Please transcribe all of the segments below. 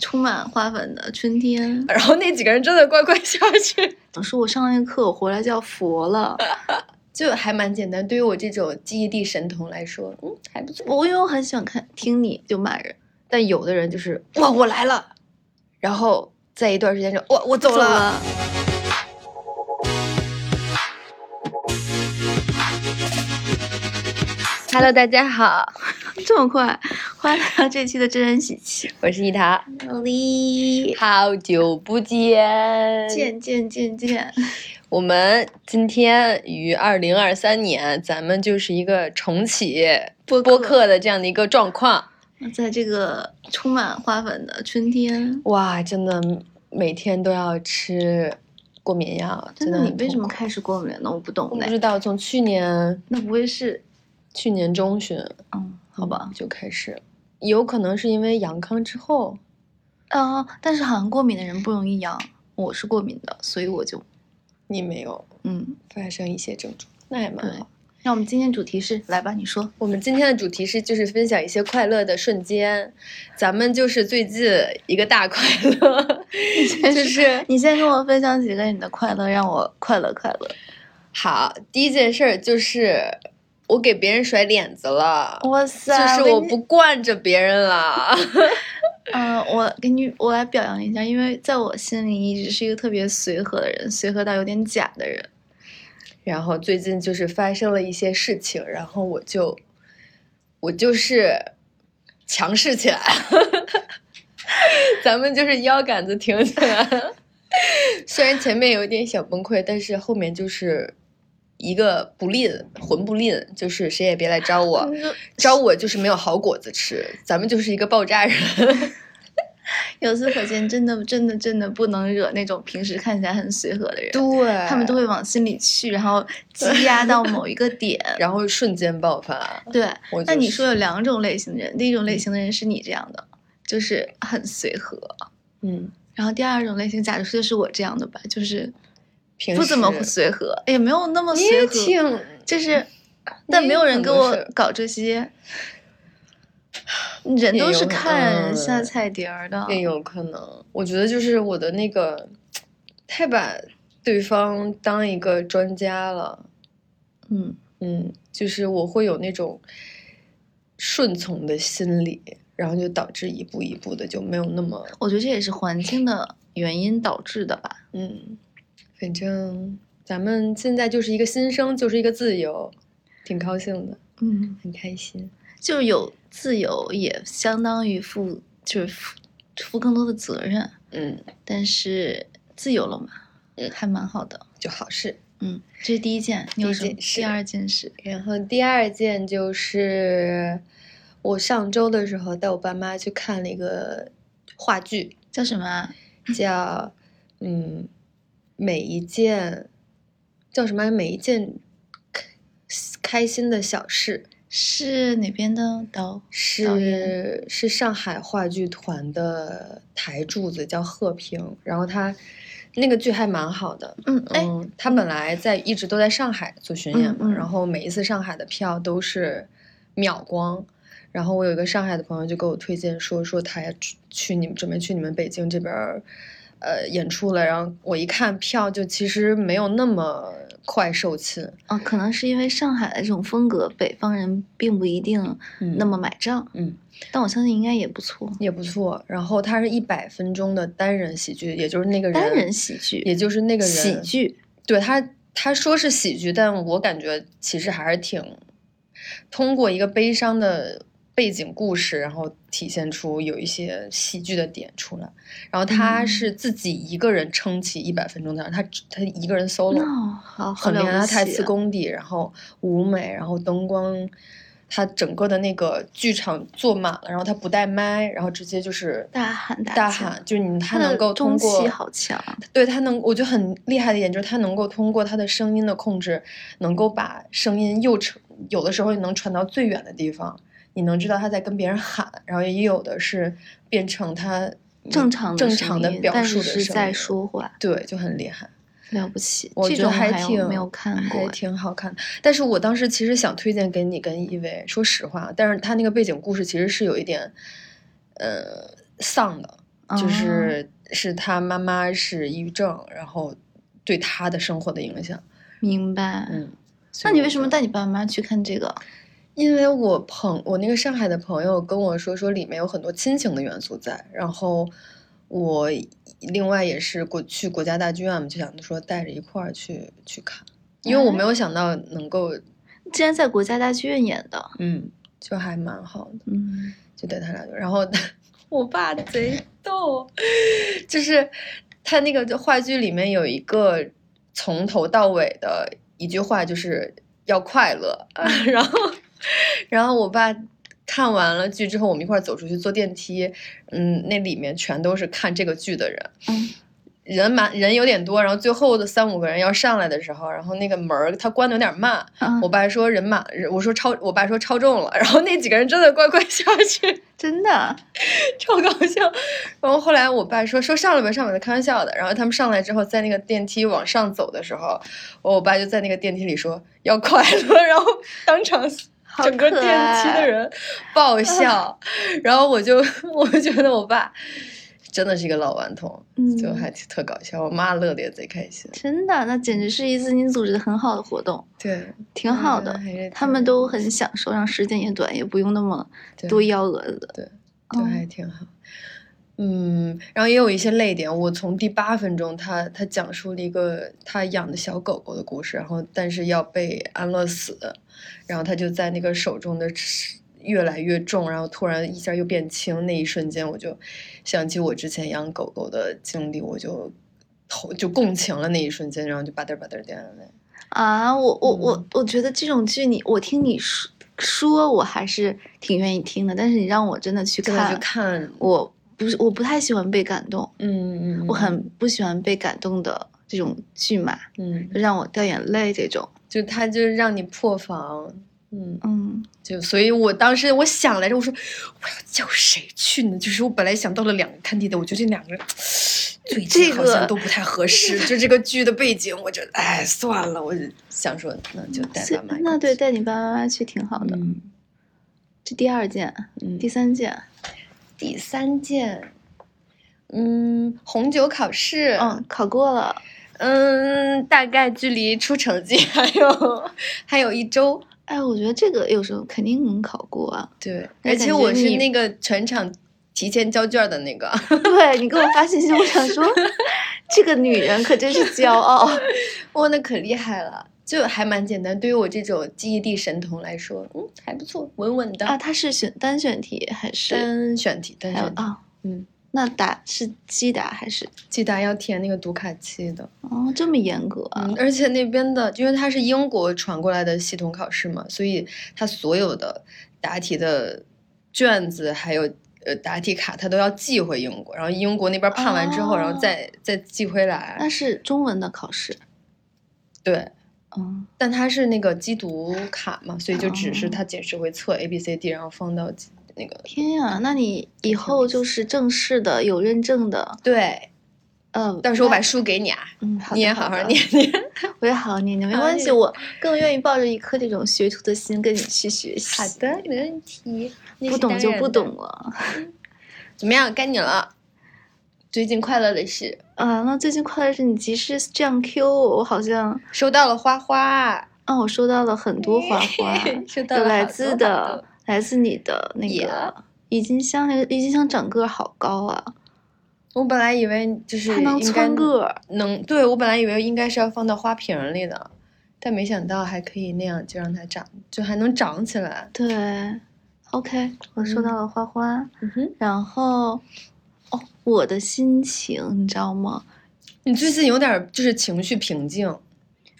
充满花粉的春天。然后那几个人真的乖乖下去，老师，我上那个课我回来就要佛了。就还蛮简单。对于我这种记忆力神童来说，嗯，还不错。我因为我很喜欢看听你就骂人，但有的人就是哇，我来了，然后在一段时间就哇，我走走了。了。 Hello，大家好，这么快，欢迎来到这期的真人喜剧。我是一塔，好哩，好久不见。见见见见，我们今天于二零二三年，咱们就是一个重启播客播客的这样的一个状况。在这个充满花粉的春天，哇，真的每天都要吃过敏药，真真的，很你为什么痛苦开始过敏呢？我不懂我不嘞。知道，从去年那不会是，去年中旬嗯，好吧，就开始，有可能是因为阳康之后，嗯啊、但是好像过敏的人不容易阳，我是过敏的，所以我就，你没有嗯，发生一些症状，那也蛮好。那我们今天主题是，来吧，你说，我们今天的主题是就是分享一些快乐的瞬间，咱们就是最近一个大快 乐， 就是你先跟我分享几个你的快乐，让我快乐快乐。好，第一件事儿就是我给别人甩脸子了，哇就塞，是跟我你不，惯着别人了。嗯、我给你，我来表扬一下，因为在我心里一直是一个特别随和的人，随和到有点假的人。然后最近就是发生了一些事情，然后我就我就是强势起来， 咱们就是腰杆子挺起来。虽然前面有点小崩溃，但是后面就是一个不吝，混不吝，就是谁也别来招我， 你就招我就是没有好果子吃，咱们就是一个爆炸人。 由此可见，真的真的真的不能惹那种平时看起来很随和的人，对他们都会往心里去，然后积压 到某一个点。然后瞬间爆发。 对，我那就你是说有两种类型的人，第一种类型的人是你这样的，就是很随和；嗯，然后第二种类型，假如说是我这样的吧，就是平不怎么时随和，也没有那么你随也和，挺就是，但你没有人很跟多我事儿搞这些。人都也是有可看能下菜碟儿的，也有可能，我觉得就是我的那个太把对方当一个专家了，嗯，嗯，就是我会有那种顺从的心理，然后就导致一步一步的就没有那么，我觉得这也是环境的原因导致的吧。嗯，反正咱们现在就是一个新生，就是一个自由，挺高兴的，嗯，很开心。就有自由，也相当于负，就是负负更多的责任。嗯，但是自由了嘛，嗯还蛮好的。就好事。嗯，这是第一件，你第有一什么件事第二件事？然后第二件就是我上周的时候带我爸妈去看了一个话剧，叫什么啊？叫嗯每一件叫什么来每一件开开心的小事是哪边的导？导是演是上海话剧团的台柱子叫贺平，然后他那个剧还蛮好的，嗯，哎，嗯，他本来在一直都在上海做巡演嘛，嗯嗯然后每一次上海的票都是秒光。然后我有一个上海的朋友就给我推荐说说他要去去你们准备去你们北京这边儿，呃演出了。然后我一看票就其实没有那么快售罄，哦，可能是因为上海的这种风格，北方人并不一定那嗯么买账，嗯但我相信应该也不错。也不错。然后它是一百分钟的单人喜剧，也就是那个人单人喜剧，也就是那个人喜剧，对他，他说是喜剧，但我感觉其实还是挺通过一个悲伤的背景故事，然后体现出有一些喜剧的点出来。然后他嗯是自己一个人撑起一百分钟的，他只他一个人 solo，、那哦好，好很了厉害，不他起台词啊功底，然后舞美，然后灯光。他整个的那个剧场坐满了，然后他不带麦，然后直接就是大喊大大叫喊，就是你他他的能够通中过嗯气好强啊，对他能，我觉得很厉害的一点就是他能够通过他的声音的控制，能嗯够把声音又传，有的时候能传到最远的地方，你能知道他在跟别人喊，然后也有的是变成他正常的正声常的音表但述是的声是音，在说话，对，就很厉害。了不起。我这觉种得我还有挺没有看还过，挺好看的。但是我当时其实想推荐给你跟一薇，说实话，但是他那个背景故事其实是有一点，呃，丧的，哦啊就是是他妈妈是抑郁症，然后对他的生活的影响。明白。嗯，所那以你我为什就么带你爸爸妈妈去看这个？因为我朋我那个上海的朋友跟我说，说里面有很多亲情的元素在，然后我另外也是国去国家大剧院嘛，就想着说带着一块儿去去看，因为我哎没有想到能够，竟然在国家大剧院演的。嗯，就还蛮好的，嗯，就带他俩去，然后我爸贼逗，就是他那个话剧里面有一个从头到尾的一句话，就是要快乐，啊 然后然后我爸看完了剧之后，我们一块儿走出去坐电梯，嗯，那里面全都是看这个剧的人，嗯人蛮人有点多，然后最后的三五个人要上来的时候，然后那个门儿它关的有点慢，啊我爸说人满，人我说超，我爸说超重了，然后那几个人真的乖乖下去，真的，啊超搞笑。然后后来我爸说说上来吧，上来吧，开玩笑的。然后他们上来之后，在那个电梯往上走的时候，我我爸就在那个电梯里说要快乐， 然后当场好整个可电梯爱的人 爆笑，然后我就 我就觉得我爸真的是一个老顽童，嗯就还挺特搞笑。我妈乐的也贼开心，真的，那简直是一次你组织的很好的活动，嗯对，挺好的。还是他挺们都很享受，让时间也短，也不用那么对多幺蛾子。对就嗯，还挺好。嗯，然后也有一些泪点。我从第八分钟他，他讲述了一个他养的小狗狗的故事，然后但是要被安乐死，然后他就在那个手中的吃越来越重，然后突然一下又变轻，那一瞬间我就想起我之前养狗狗的经历，我就头就共情了那一瞬间，然后就吧嗒吧嗒掉眼泪。啊，我我我嗯我觉得这种剧你，我听你说说，我还是挺愿意听的。但是你让我真的去真的看，就看，我不是我不太喜欢被感动，嗯嗯，我很不喜欢被感动的这种剧嘛，嗯，就让我掉眼泪这种。就他就让你破防，嗯。嗯，就所以，我当时我想来着，我说我要叫谁去呢？就是我本来想到了两个看地的，我觉得这两个人最这近好像个都不太合适。就这个剧的背景，我就哎算了，我就想说那就带所以爸妈一块去。那对带你爸爸妈妈去挺好的。嗯这第二件，嗯第三件，第三件，嗯，红酒考试，嗯，考过了。嗯，大概距离出成绩 还有还有一周。哎，我觉得这个有时候肯定能考过啊。 对，那而感且觉我是你那个全场提前交卷的那个。对你给我发信息，我想说，这个女人可真是骄 傲。哇，那可厉害了，就还蛮简单。对于我这种记忆力神童来说，嗯，还不错，稳稳的。啊，它是选单选题还是单选题，单还有选题，啊？嗯，那答是机答还是记得要填那个读卡期的。哦？这么严格啊？嗯，而且那边的，因为它是英国传过来的系统考试嘛，所以它所有的答题的卷子还有。呃，答题卡它都要寄回英国，然后英国那边判完之后，然后哦再再寄回来那。是中文的考试，对，嗯，但它是那个机读卡嘛，所以就只是哦它解释会测 A B C D，然后放到那个天呀，那你以有后意思就是正式的有认证的，对，呃，到时候我那把书给你啊，嗯，好你的也好好的念念。 我也好好念念，没好关系，念我更愿意抱着一颗这种学徒的心跟你去学习，的，没问 题。不懂就不懂。了。怎么样，该你了。最近快乐的事，啊，那最近快乐是你及时这样 Q 我，我好像收到了花花，啊，我收到了很多花花， 收到有了来好多自好的多来自你的那也个郁金香，那个郁金香长个儿好高啊，我本来以为就是它能应该窜个儿，能对我本来以为应该是要放到花瓶里的，但没想到还可以那样就让它长，就还能长起来。对，OK，我收嗯到了花花，嗯哼，然后哦，我的心情你知道吗？你最近有点就是情绪平静，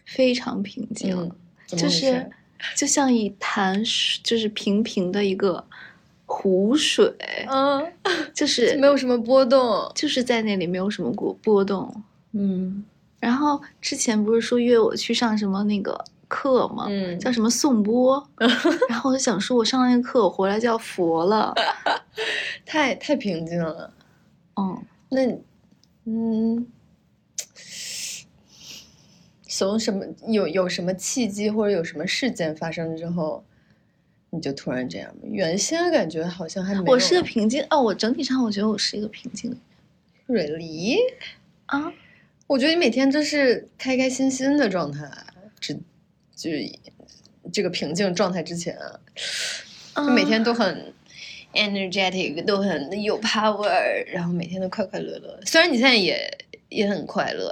非常平静。嗯，怎嗯么就回是事就像一潭水，就是平平的一个湖水，嗯，就是没有什么波动，就是在那里没有什么波波动。嗯然后之前不是说约我去上什么那个课吗？嗯，叫什么颂 钵，然后我就想说，我上那个课，我回来就要佛 了。太太平静了。嗯，那你，嗯， 从什么有有什么契机或者有什么事件发生之后，你就突然这样吗？原先感觉好像还没有。我是个平静哦，我整体上我觉得我是一个平静的人， really？啊，我觉得你每天都是开开心心的状态，只就这个平静状态之前，啊就每天都都很 energetic，都很有 power，然后每天都快快乐乐。虽然你现在也也很快乐，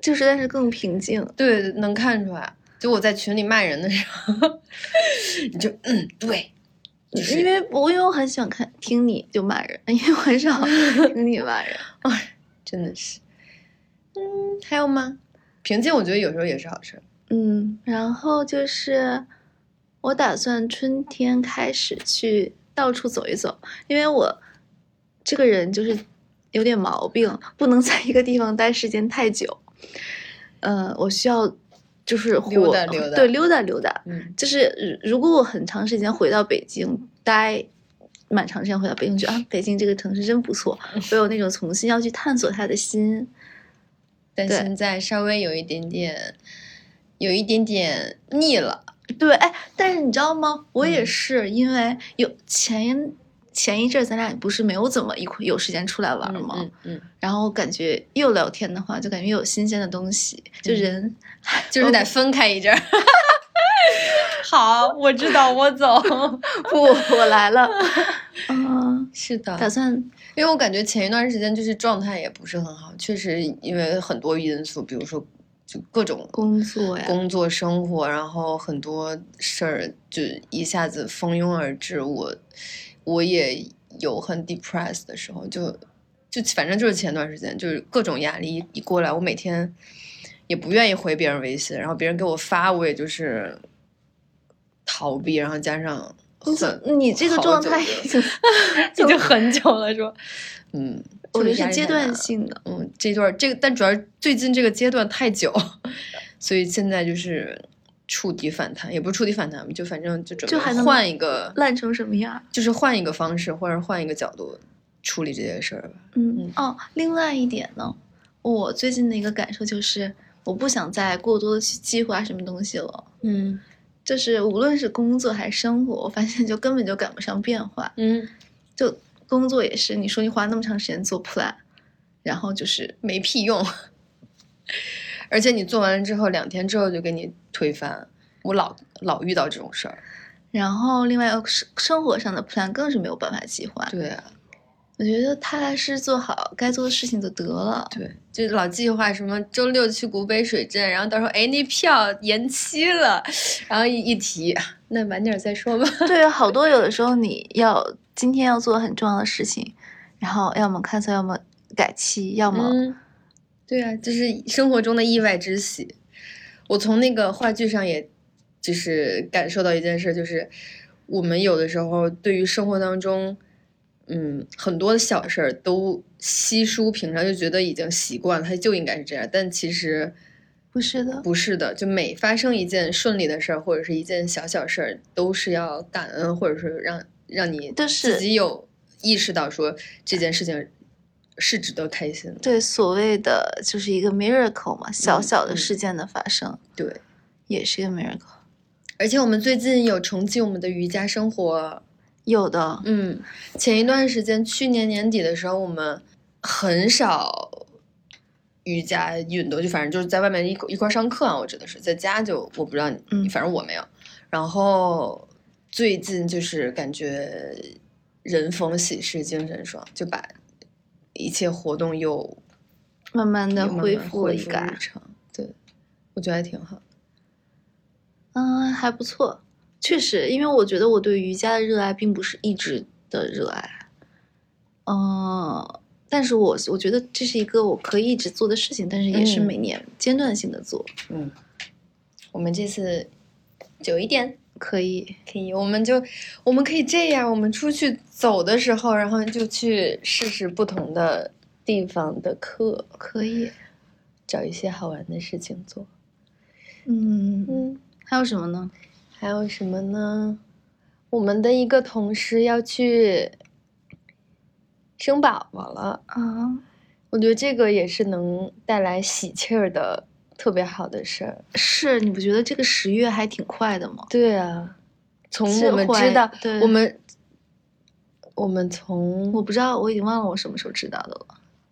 就是，但是更平静。对，能看出来。就我在群里骂人的时候， 你就嗯，对，就是因为我因为我很喜欢看听你就骂人， 因为我很 少听你骂人。真的是。嗯，还有吗？平静，我觉得有时候也是好事儿。嗯，然后就是我打算春天开始去到处走一走，因为我这个人就是有点毛病，不能在一个地方待时间太久。呃，我需要就是溜活达溜达对，溜达溜达。嗯，就是如如果我很长时间回到北京待，蛮长时间回到北京去啊，北京这个城市真不 错，我有那种重新要去探索它的心。但对现在稍微有一点点，有一点点腻了。对，哎，但是你知道吗？我也嗯是因为有前前一阵儿咱俩不是没有怎么一块有时间出来玩儿嗯吗？嗯嗯，然后感觉又聊天的话，就感觉又有新鲜的东西，就嗯人、就是得分开一阵儿。 好，我知道，我走。不，我来了，嗯， 是的，打算因为我感觉前一段时间就是状态也不是很好，确实因为很多因素，比如说就各种工作呀，工作、生活，然后很多事儿就一下子蜂拥而至。我我也有很 depressed 的时候，就就反正就是前段时间，就是各种压力一一过来，我每天也不愿意回别人微信，然后别人给我发，我也就是逃避，然后加上你怎很你这个好状久态没已有经， 已经很久了，说嗯，我觉得就是压力阶太大段了性的，嗯，这段儿这个，但主要是最近这个阶段太久， 所以现在就是触底反弹，也不是触底反弹吧，就反正就准就还备能换一个，烂成什么样儿？就是换一个方式或者换一个角度处理这些事儿吧。嗯嗯哦，另外一点呢，我最近的一个感受就是，我不想再过多的去计划什么东西了。嗯就是无论是工作还是生活，我发现就根本就赶不上变化。嗯，就工作也是，你说你花那么长时间做 plan，然后就是没屁用， 而且你做完了之后，两天之后就给你推翻，我老老遇到这种事儿。然后另外一个生生活上的 plan 更是没有办法计划。对啊，我觉得踏踏实实做好该做的事情就得 了。对，就老计划什么周六去古北水镇，然后到时候哎那票延期了，然后一一提，那晚点儿再说吧。对，啊好多有的时候你要今天要做很重要的事情，然后要么 cancel，要么改期，要么、嗯，对啊，就是生活中的意外之喜。我从那个话剧上也，就是感受到一件事，就是我们有的时候对于生活当中，嗯，很多的小事儿都稀疏平常，就觉得已经习惯了，它就应该是这样。但其实不是的。不是的，就每发生一件顺利的事儿，或者是一件小小事儿，都是要感恩，或者是让让你都自是己有意识到说这件事情是值得开心的。对，所谓的就是一个 miracle 嘛，小嗯小的嗯事件的发生、对，也是一个 miracle。而且我们最近有重启我们的瑜伽生活。有的，嗯，前一段时间，去年年底的时候，我们很少瑜伽运动，就反正就是在外面一一块儿上课啊。我指的是在家就我不知道你，嗯反正我没有。然后最近就是感觉人逢喜事精神爽，就把一切活动又慢慢的又慢慢恢复复了日一个，常。对，我觉得还挺好。嗯，还不错。确实，因为我觉得我对瑜伽的热爱并不是一直的热爱，嗯，但是我我觉得这是一个我可以一直做的事情，但是也是嗯每年间断性的做，嗯，我们这次久一点。可以。可以，我们就我们可以这样，我们出去走的时候，然后就去试试不同的地方的课，可以，找一些好玩的事情做。嗯，嗯，还有什么呢？还有什么呢？我们的一个同事要去生宝宝了，啊，我觉得这个也是能带来喜气儿的特别好的事儿。是你不觉得这个十月还挺快的吗？对啊，从是我们怀嗯知道，对我们我们从我不知道，我已经忘了我什么时候知道的了。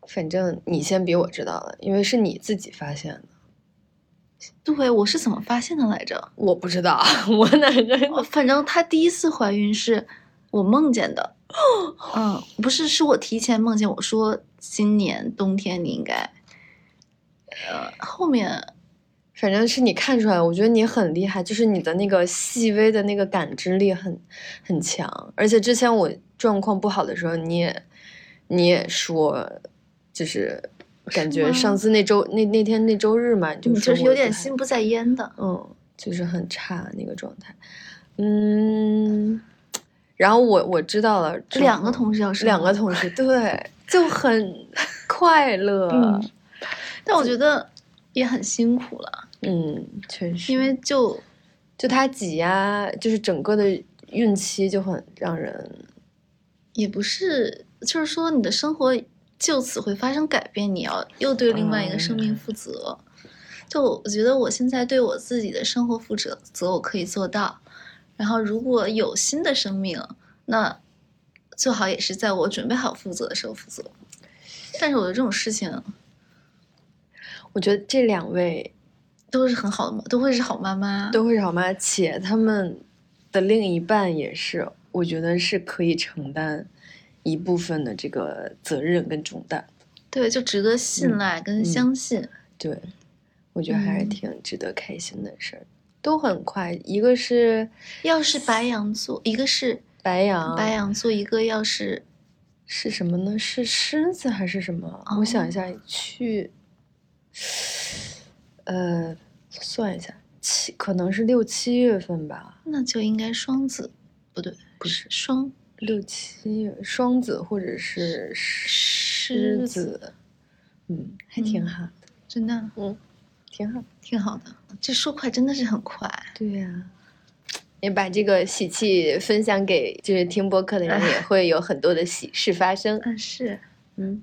反正你先比我知道了，因为是你自己发现的，对，我是怎么发现的来着？我不 知道，我哪知哦道？反正她第一次怀孕是我梦见的，哦嗯，不是，是我提前梦见，我说今年冬天你应该，呃，后面反正是你看出来，我觉得你很厉害，就是你的那个细微的那个感知力很很强，而且之前我状况不好的时候，你也你也说，就是感觉吗上次那周那那天那周日嘛，你就你说就是我有不点太心不在焉的，嗯，就是很差那个状态。嗯，然后我我知道了之后，两个同事要生两个了同事，对，就很快乐。嗯但我觉得也很辛苦了，嗯，确实，因为就就他挤压，就是整个的孕期就很让人，也不是，就是说你的生活就此会发生改变，你要又对另外一个生命啊负责。就我觉得我现在对我自己的生活负责，责我可以做到。然后如果有新的生命，那最好也是在我准备好负责的时候负责。但是我觉得这种事情我觉得这两位都是很好的，都会是好妈妈。都会是好妈，且他们的另一半也是，我觉得是可以承担一部分的这个责任跟重担。对，就值得信赖跟嗯相信。对，我觉得还是嗯挺值得开心的事儿，都很快。一个是要是白羊座，一个是白羊，白羊座，一个要是是什么呢？是狮子还是什么？我想一下，去，呃，算一下，七可能是六七月份吧，那就应该双子，不对，不是双六七月双子或者是狮狮子，嗯，还挺嗯好的，真的挺好。挺好的。这说快真的是很快，对呀、 也把这个喜气分享给就是听播客的人， 也会有很多的喜事发生。但是，嗯，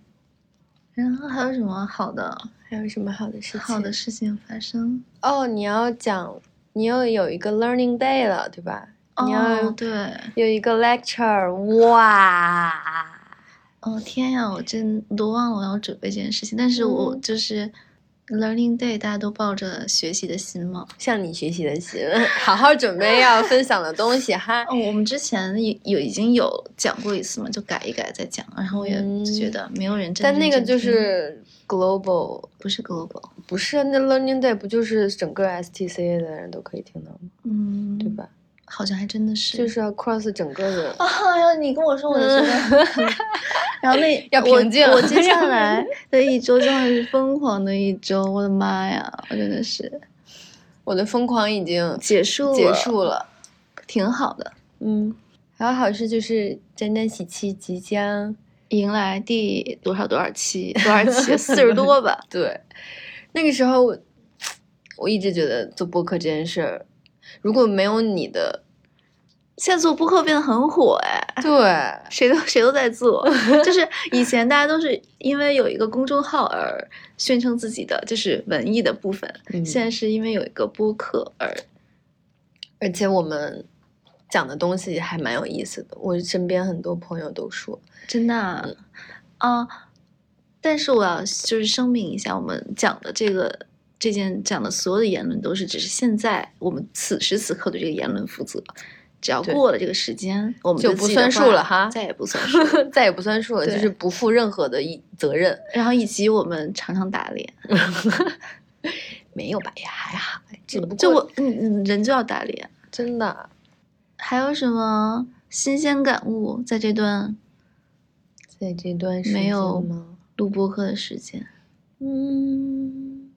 然后还有什么好的还有什么好的事情？好的事情发生？哦，你要讲，你又有一个 learning day 了，对吧？你要哦，对，有一个 lecture，哇！哦天呀，我真都忘了我要准备这件事情。但是我嗯就是、learning day，大家都抱着学习的心嘛。向你学习的心， 好好准备要分享的东西 哈。哦，我们之前也有已经有讲过一次嘛，就改一改再讲。然后我也嗯觉得没有人真但认那个真就听是 global，不是 global，不是啊那 learning day 不就是整个 STCA 的人都可以听到吗？嗯，对？吧？好像还真的是，就是要 cross 整个的。啊，要你跟我说，我就觉得很，嗯 然后那要我平静我接下 来的一周真的是疯狂的一周，我的妈呀，我真的是我的疯狂已经结束结了束了。挺好的，嗯，还有好事就是沾沾喜气即将迎来第多少多少期，多少期 四十多吧，对，那个时候我我一直觉得做播客这件事儿，如果没有你的，现在做播客变得很火哎。对，谁都谁都在 做，就是以前大家都是因为有一个公众号而宣称自己的就是文艺的部分，嗯现在是因为有一个播客而而且我们讲的东西还蛮有意思的。我身边很多朋友都 说，真的啊，啊但是我要就是声明一下，我们讲的这个这件讲的所有的言论都是只是现在我们此时此刻对这个言论负责，只要对过了这个时间，我们就对不自己的算数话了哈再也不算数了。 再也不算数了，就对是不负任何的一责任。然后以及我们常常打脸，没有吧，也还好，哎只不过就我嗯嗯人就要打脸。真的还有什么新鲜感悟在这段在这段时没间有吗？录播课的时间？嗯，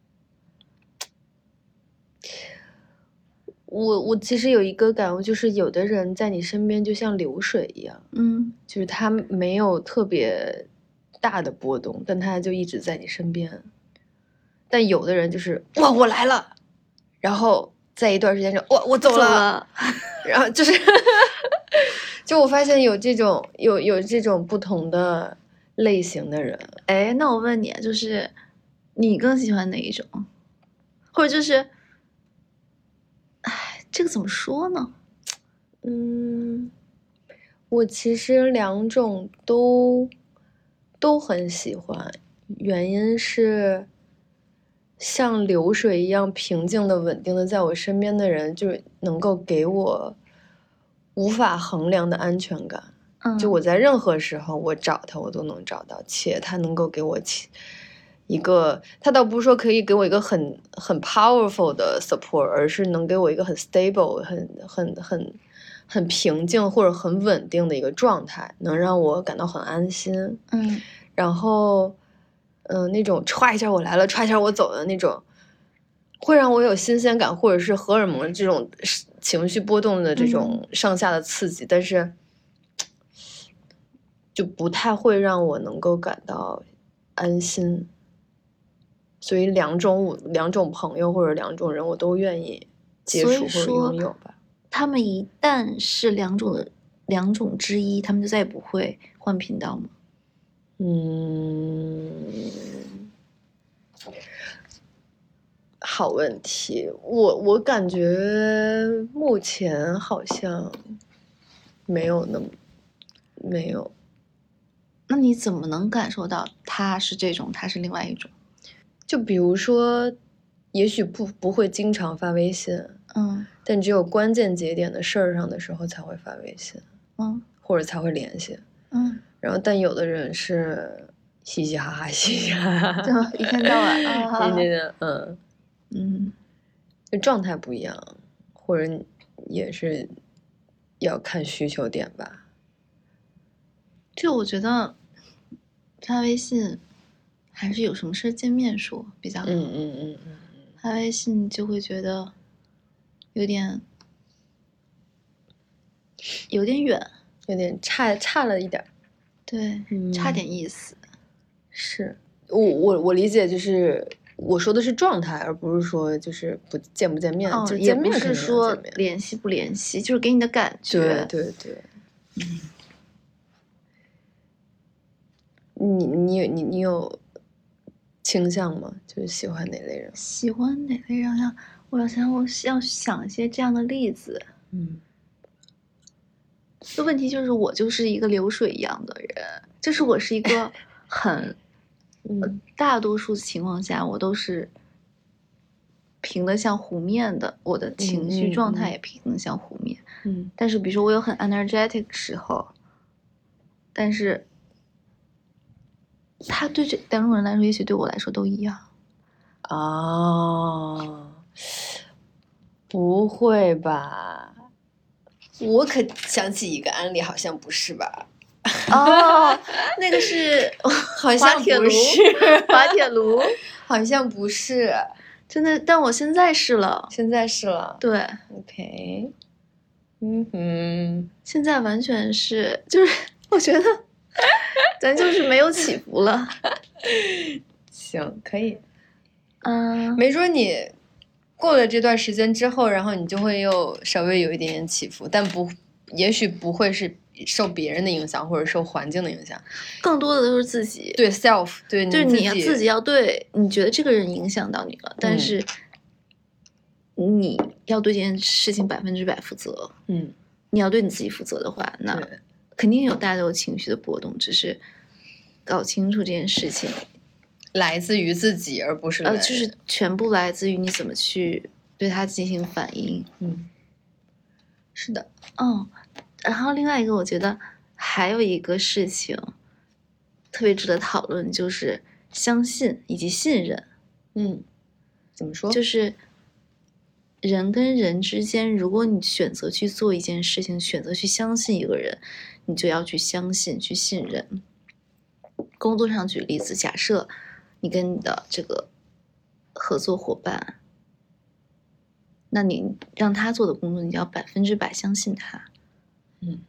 我我其实有一个感悟，就是有的人在你身边就像流水一样，嗯就是他没有特别大的波动，但他就一直在你身边。但有的人就是哇，我来了，然后在一段时间就哇，我走了，走了然后就是， 就我发现有这种有有这种不同的类型的人，哎，那我问你，就是你更喜欢哪一种？或者就是，哎，这个怎么说呢？嗯，我其实两种都都很喜欢，原因是像流水一样平静的、稳定的在我身边的人，就是能够给我无法衡量的安全感。嗯，就我在任何时候我找他，我都能找到，且他能够给我起一个，他倒不是说可以给我一个很很 powerful 的 support，而是能给我一个很 stable、很很很很平静或者很稳定的一个状态，能让我感到很安心。嗯然后，嗯、那种歘一下我来了，歘一下我走的那种，会让我有新鲜感，或者是荷尔蒙这种是情绪波动的这种嗯上下的刺激，但是就不太会让我能够感到安心。所以两种我两种朋友或者两种人，我都愿意接所以触或者说拥有吧。他们一旦是两种的两种之一，他们就再也不会换频道吗？嗯，好问题，我我感觉目前好像没有那么没有，那你怎么能感受到他是这种，他是另外一种？就比如说，也许不不会经常发微信，嗯但只有关键节点的事儿上的时候才会发微信，嗯或者才会联系。嗯，然后，但有的人是嘻嘻哈哈，嘻嘻哈 哈，，就一天到晚啊天天嗯。嗯就状态不一样，或者你也是要看需求点吧。这我觉得发微信还是有什么事儿见面说比较好。嗯嗯嗯嗯发微信就会觉得有点有点远，有点差差了一点儿，对，嗯差点意思。是我我我理解就是。我说的是状态，而不是说就是不见不见面，哦嗯就，也见不面肯是定要说见面联系不联系，就是给你的感觉对。对对，嗯你你你你有倾向吗？就是喜欢哪类人？喜欢哪类人呀？我要想，我要想一些这样的例子。嗯这问题就是，我就是一个流水一样的人，就是我是一 个很嗯大多数情况下，我都是平的像湖面的，我的情绪嗯嗯状态嗯也平的像湖面。嗯但是比如说我有很 energetic 的时候，但是他对这两种人来说，也许对我来说都一样。哦，不会吧？我可想起一个案例，好像不是吧？ 哦，那个是好像滑铁不卢是，滑铁卢，好像不是，真的，但我现在是了。现在是了。对， OK，嗯哼，现在完全是，就是我觉得 咱就是没有起伏了。行，可以。嗯，没准你过了这段时间之后，然后你就会又稍微有一点点起伏，但不，也许不会是受别人的影响或者受环境的影响。更多的都是自己。对 self，对就是嗯自你要自己要对，你觉得这个人影响到你了，但嗯是你要对这件事情百分之百负责。嗯，你要对你自己负责的话，那对肯定有大家都有情绪的波动，只是搞清楚这件事情，来自于自己，而不是来呃，就是全部来自于你怎么去对它进行反应。嗯，是的，嗯，然后另外一个，我觉得还有一个事情特别值得讨论，就是相信以及信任。嗯，怎么说？就是人跟人之间，如果你选择去做一件事情，选择去相信一个人，你就要去相信、去信任。工作上举例子，假设你跟你的这个合作伙伴，那你让他做的工作，你要百分之百相信他。嗯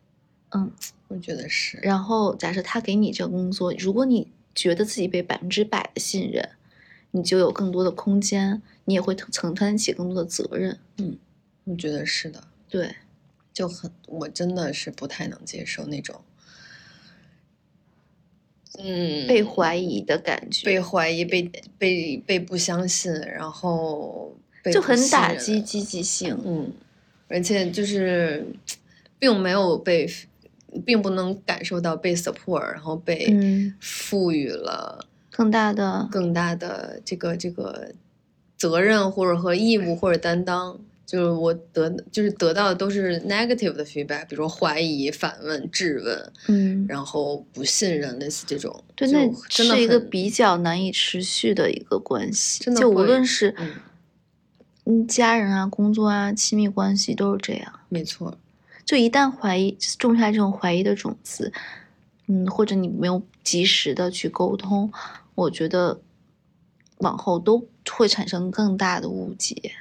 嗯，我觉得是，然后假设他给你这个工作，如果你觉得自己被百分之百的信任，你就有更多的空间，你也会承承担起更多的责任。我觉得是的，对，就很，我真的是不太能接受那种，嗯，被怀疑的感觉，被怀疑、被被被不相信，然后被就不很信打任击积极性。嗯，而且就是并没有被，并不能感受到被 support，然后被嗯赋予了更大的更大的这个这个责任或者和义务或者担当。就是我得就是得到的都是 negative 的 feedback，比如说怀疑、反问、质问，嗯，然后不信任，类似这种。对，就那真的是一个很比较难以持续的一个关系，真的就无会论是嗯嗯家人啊、工作啊、亲密关系都是这样。没错，就一旦怀疑种下这种怀疑的种子，嗯，或者你没有及时的去沟通，我觉得往后都会产生更大的误解。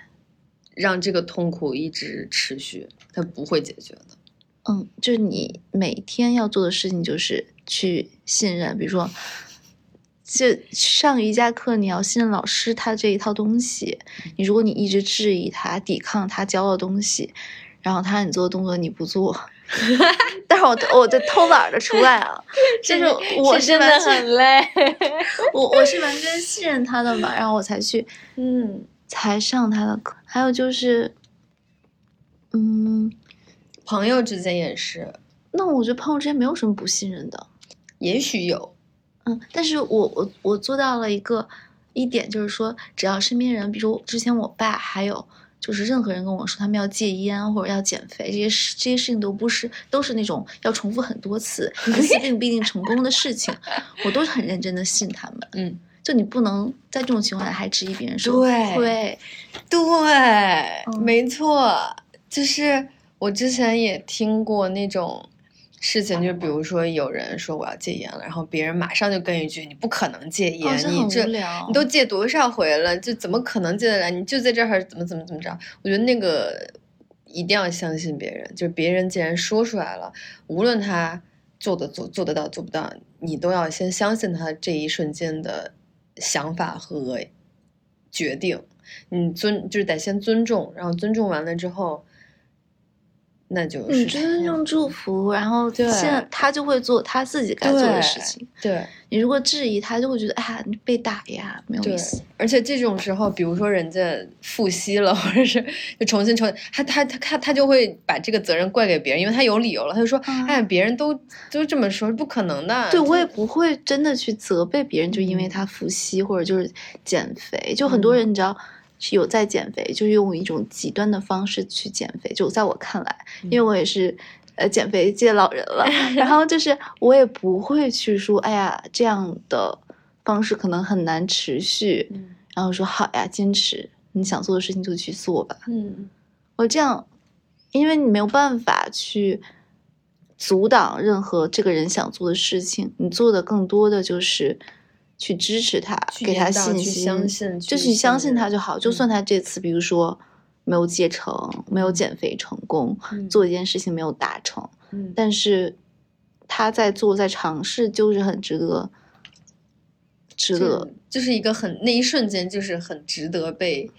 让这个痛苦一直持续，它不会解决的。嗯，就是你每天要做的事情就是去信任，比如说，就上瑜伽课，你要信任老师他这一套东西。你如果你一直质疑他、抵抗他教的东西，然后他让你做的动作你不做，但是我我这偷懒儿的除外啊，就是我是完全 累。我我是完全信任他的嘛，然后我才去嗯，才上他的课。还有就是，嗯，朋友之间也是，那我觉得朋友之间没有什么不信任的，也许 有，嗯，但是我我我做到了一个一点，就是说，只要身边人，比如说之前我爸，还有就是任何人跟我说他们要戒烟或者要减肥这些事，这些事情都不是都是那种要重复很多次，一次并不一定成功的事情，我都是很认真的信他们。嗯，就你不能在这种情况下还质疑别人说对对对，嗯没错，就是我之前也听过那种事情，就比如说有人说我要戒烟了，然后别人马上就跟一句你不可能戒烟，哦，这很你这无聊。你都戒多少回了，就怎么可能戒得来？你就在这儿怎么怎么怎么着？我觉得那个一定要相信别人，就是别人既然说出来了，无论他做的做做得到做不到，你都要先相信他这一瞬间的想法和决定。你尊就是得先尊重，然后尊重完了之后，那就你是尊重祝福，然后对现在他就会做他自己该做的事情。对。你如果质疑他，就会觉得哎呀，你被打呀，没有对意思。，而且这种时候，比如说人家复吸了，或者是就重新重新，他他他他他就会把这个责任怪给别人，因为他有理由了，他就说，啊哎，别人都都这么说，不可能的。对，我也就不会真的去责备别人，就因为嗯他复吸或者就是减肥。就很多人你知道是有在减肥，就是用一种极端的方式去减肥。就在我看来，因嗯为我也是呃减肥界老人 了，然后就是我也不会去说，哎呀，这样的方式可能很难持续。嗯然后说好呀，坚持你想做的事情就去做吧。嗯，我哦这样，因为你没有办法去阻挡任何这个人想做的事情，你做的更多的就是去支持他，去给他引导信去心，相信，就是去你相信他任就好。就嗯算他这次，比如说没有戒成，没有减肥成功，嗯做一件事情没有达成，嗯但是他在做，在尝试，就是很值得，值这得个就是一个很那一瞬间就是很值得被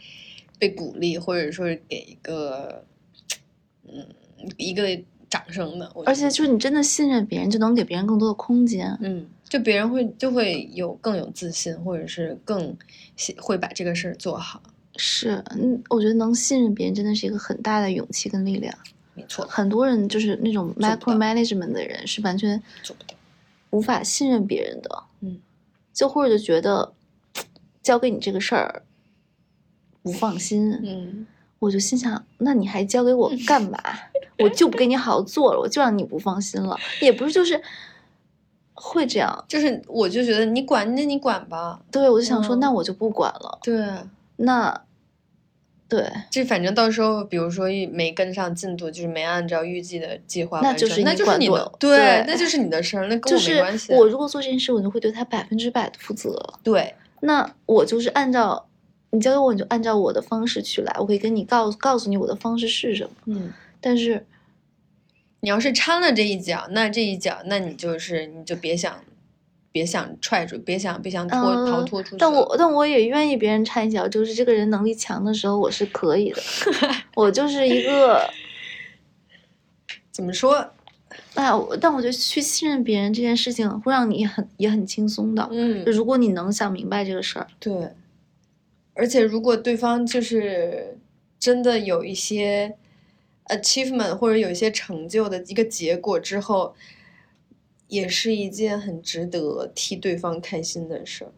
被鼓励，或者说是给一个嗯一个掌声的。我而觉得且就是你真的信任别人，就能给别人更多的空间。嗯，就别人会就会有更有自信，或者是更喜会把这个事儿做好。是，嗯，我觉得能信任别人真的是一个很大的勇气跟力量。没错，很多人就是那种做不 micro 到 management 的人，是完全做不到。无法信任别人的。嗯，就或者觉得交给你这个事儿不放心，嗯，我就心想，那你还交给我干嘛？我就不给你好好做了，我就让你不放心了。也不是就是会这样，就是我就觉得你管那你管吧，对我就想说，嗯那我就不管了。对，那对。这反正到时候比如说一没跟上进度，就是没按照预计的计划那完就成，是那你就是管你多的，对那就是你的事儿，那跟就我没是关系。啊我如果做这件事，我就会对他百分之百的负责。对，那我就是按照你教给我，你就按照我的方式去来。我可以跟你告诉告诉你我的方式是什么，嗯，但是你要是掺了这一脚，那这一脚，那你就是你就别想，别想踹住，别想别想脱、嗯，逃脱出去了。但我但我也愿意别人掺一脚，就是这个人能力强的时候，我是可以 的。我就是一个，怎么说？哎，我但我觉得去信任别人这件事情会让你很也很轻松的。嗯就如果你能想明白这个事儿，对，而且如果对方就是真的有一些 achievement 或者有一些成就的一个结果之后，也是一件很值得替对方开心的事儿。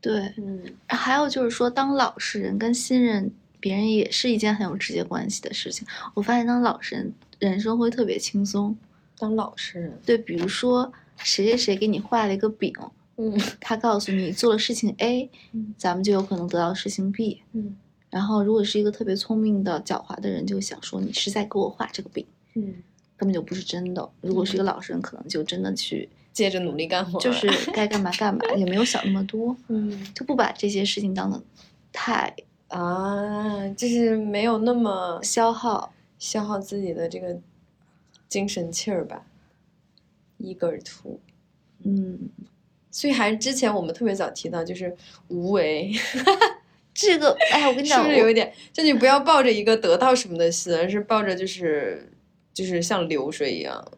对，嗯，还有就是说，当老实人跟信任别人也是一件很有直接关系的事情。我发现当老实人，人生会特别轻松。当老实人，对，比如说谁谁谁给你画了一个饼，嗯他告诉你做了事情 A，嗯咱们就有可能得到事情 B。 嗯然后，如果是一个特别聪明的、狡猾的人，就想说你是在给我画这个饼，嗯，根本就不是真的。如果是一个老实人，可能就真的去，接着努力干活，就是该干嘛干嘛，也没有想那么多，嗯就不把这些事情当的太啊，就是没有那么消耗。消耗自己的这个精神气儿吧，一个而图。嗯，所以还是之前我们特别早提到，就是无 为，这个，哎，我跟你是讲，不是我有一点？就你不要抱着一个得到什么的心，而是抱着就是就是像流水一样，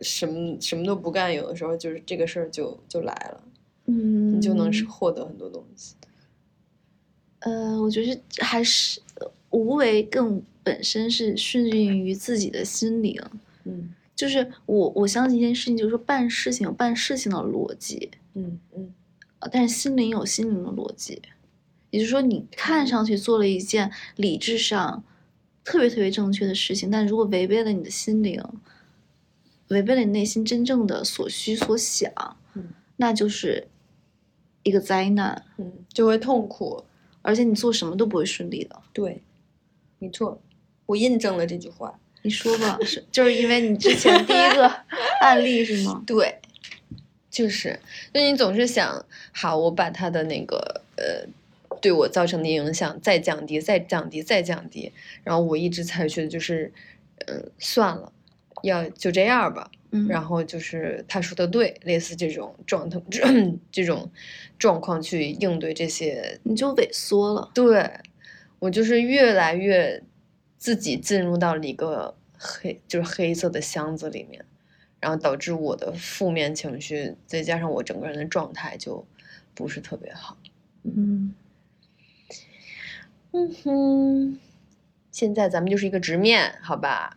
什么什么都不干，有的时候就是这个事儿就就来了，嗯，你就能是获得很多东西。呃，我觉得是还是呃无为更本身是顺应于自己的心灵，嗯就是我我相信一件事情，就是说办事情有办事情的逻辑，嗯嗯呃但是心灵有心灵的逻辑，也就是说，你看上去做了一件理智上特别特别正确的事情，但如果违背了你的心灵，违背了你内心真正的所需所想，嗯那就是一个灾难，嗯，就会痛苦。而且你做什么都不会顺利的。对，没错，我印证了这句话。你说吧，是就是因为你之前第一个案例是吗？对，就是，就你总是想，好，我把他的那个呃，对我造成的影响再降低，再降低，再降低，然后我一直采取的就是，嗯、算了，要就这样吧，嗯，然后就是他说的对，类似这种状态， 这这种状况去应对这些，你就萎缩了。对我就是越来越自己进入到了一个黑，就是黑色的箱子里面。然后导致我的负面情绪，再加上我整个人的状态就不是特别好。嗯，嗯哼，现在咱们就是一个直面，好吧？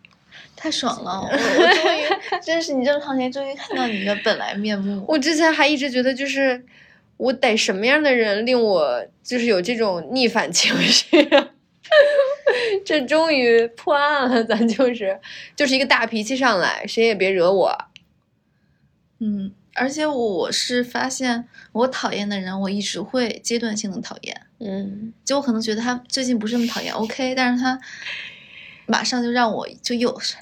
太爽了！我我终于，真是你这么长时间终于看到你的本来面目。我之前还一直觉得，就是我得什么样的人令我就是有这种逆反情绪啊？ 这终于破案了，咱就是就是一个大脾气上来，谁也别惹我。啊嗯，而且我是发现，我讨厌的人，我一直会阶段性的讨厌，嗯就我可能觉得他最近不是那么讨厌，OK，但是他马上就让我就又是，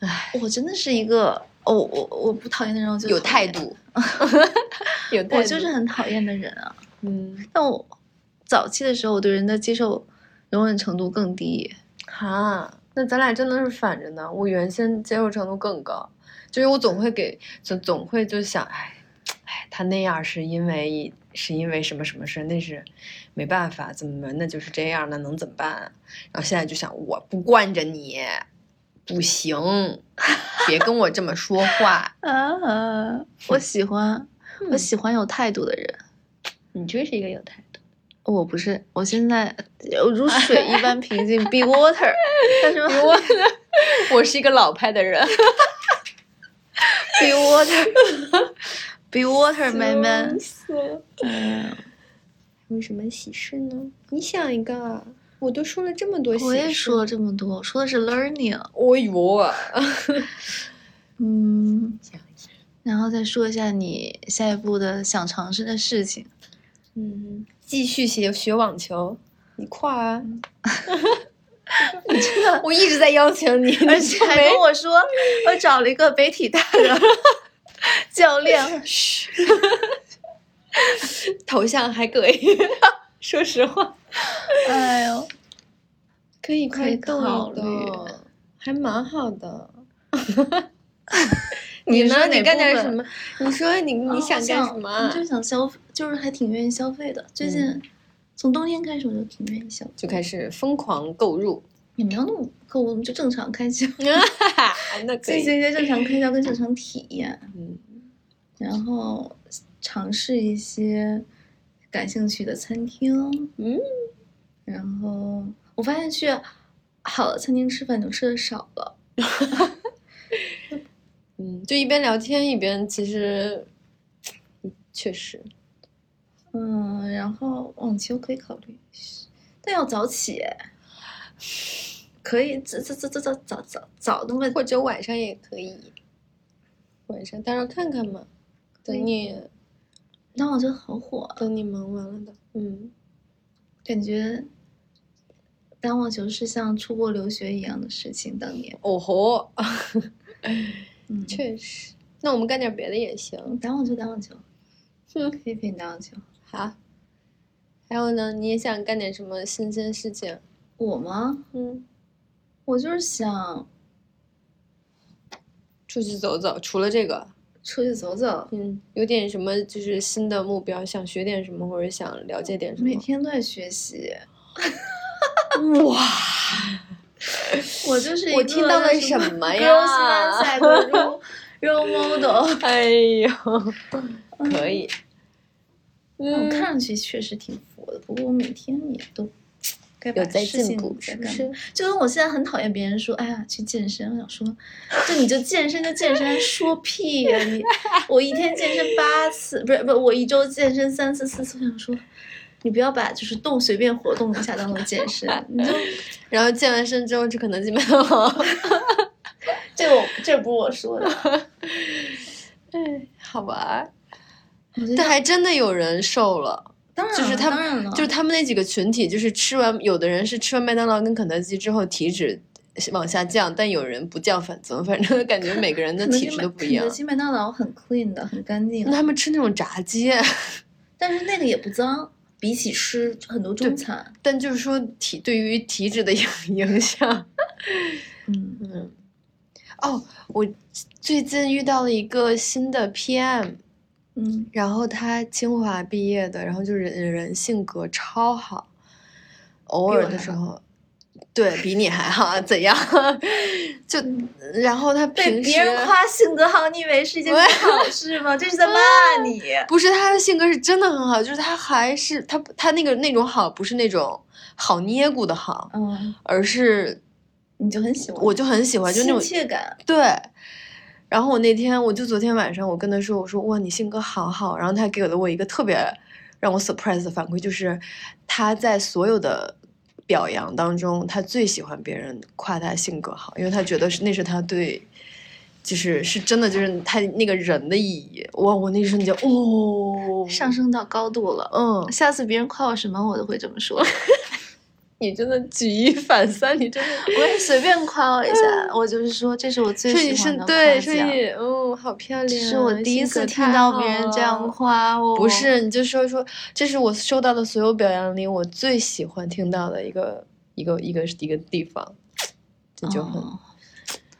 唉，我真的是一个，我我我不讨厌的人，我就有讨态厌，度， 有态度，我就是很讨厌的人啊。嗯但我早期的时候，我对人的接受容忍程度更低。哈，那咱俩真的是反着呢。我原先接受程度更高，就是我总会给总总会就想，哎，哎，他那样是因为是因为什么什么事，那是没办法，怎么那就是这样，那能怎么办啊、然后现在就想，我不惯着你，不行，别跟我这么说 话。啊， 我喜欢，我喜欢有态度的人。嗯你真是一个有态度，我不是，我现在呃如水一般平静，be water。但是 be 我我是一个老派的人， water，be water，妹妹。死了。嗯还有什么喜事呢？你想一个，啊我都说了这么多喜事，我也说了这么多，我说的是 learning。哎呦 啊，嗯，然后再说一下你下一步的想尝试的事情。嗯，继续学学网球，你跨啊！你真的， 我一直在邀请你， 而且还跟我说，我找了一个北体大的 教练。头像还可以， 说实话， 哎呦，可以可以考虑，还蛮好的。你呢说？哪 你干点部分什么？你说你哦你想干什么我啊？就是想消费，就是还挺愿意消费的。最近、嗯从冬天开始，我就挺愿意消费，就开始疯狂购 入，也没有那么购物，就正常开销，那可进以。行一些正常开销跟正常体验，嗯然后尝试一些感兴趣的餐厅。嗯，然后我发现去好的餐厅吃饭就吃的少了。嗯，就一边聊天一边，其实确实嗯，然后网球可以考虑，但要早起。可以，这这这这早早早早那么或者晚上也可以，晚上到时候看看嘛。对等你那我觉得好火，等你忙完了的，嗯，感觉打网球是像出国留学一样的事情。当年，哦吼，嗯，确实。那我们干点别的也行。打网球打网球，嗯，可以陪你打网球。好。还有呢，你也想干点什么新鲜事情？我吗？嗯，我就是想出去走走。除了这个，出去走走，嗯，有点什么就是新的目标，想学点什么，或者想了解点什么每？天都在学习。嗯哇，我就是一我个听到了什什么 Girls 呀 mindset 的 role role model，哎呦，可以。我嗯，看上去确实挺佛的，不过我每天也都该把有在事进情步，在是不干嘛是？就跟我现在很讨厌别人说，哎呀，去健身，我想说，就你就健身就健身，说屁呀、你！我一天健身八次，不是不是，我一周健身三次四次，我想说，你不要把就是动随便活动一下当做健身，你 就然后健完身之后吃肯德基麦当劳。这我这不是我说的， 哎， 好吧。我觉得但还真的有人瘦了，当然就是了他当然了，就是他们那几个群体，就是吃完有的人是吃完麦当劳跟肯德基之后体脂往下降，但有人不降反增，反正感觉每个人的肯德基体质麦都不一样肯德。基麦当劳很 clean 的，很干净那，他们吃那种炸鸡，啊但是那个也不脏，比起吃很多中对餐，但就是说体对于体脂的影影响。嗯，嗯，哦，我最近遇到了一个新的 PM，嗯，然后他清华毕业的，然后就人人性格超好，偶比尔我的还时好候，对比你还好啊，怎样？ 就然后他被平时别人夸性格好，你以为是一件对 好事吗？这是在骂你。不是他的性格是真的很好，就是他还是他他那个那种好，不是那种好捏骨的好，嗯，而是你就很喜欢，我就很喜欢，就那种亲切感。对。然后我那天，我就昨天晚上，我跟他说，我说哇，你性格好好。然后他给了我一个特别让我 surprise 的反馈，就是他在所有的表扬当中，他最喜欢别人夸他性格好，因为他觉得是那是他对，就是是真的，就是他那个人的意义。哇，我那瞬间哦，上升到高度了，嗯，下次别人夸我什么，我都会这么 说。你真的举一反三，你真的。我也随便夸我一 下，我就是说这是我最说你喜是欢的夸对，说奖。你嗯，好漂亮。这是我第一性格次听太到好别人这样了夸我，不是，你就说说，这是我收到的所有表扬里，我最喜欢听到的一个一个一个一个地方，这就很。哦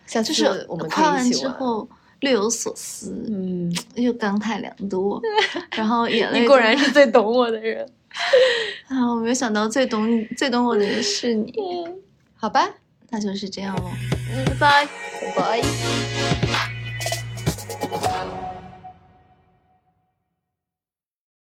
下次就是我们可夸以完一起之玩。后略有所思，嗯，又感慨良 多，然后眼泪你就果然是最懂我的人。啊，我没有想到最懂你、最懂我的人是你，嗯，好吧，那就是这样喽。嗯，拜拜，拜拜。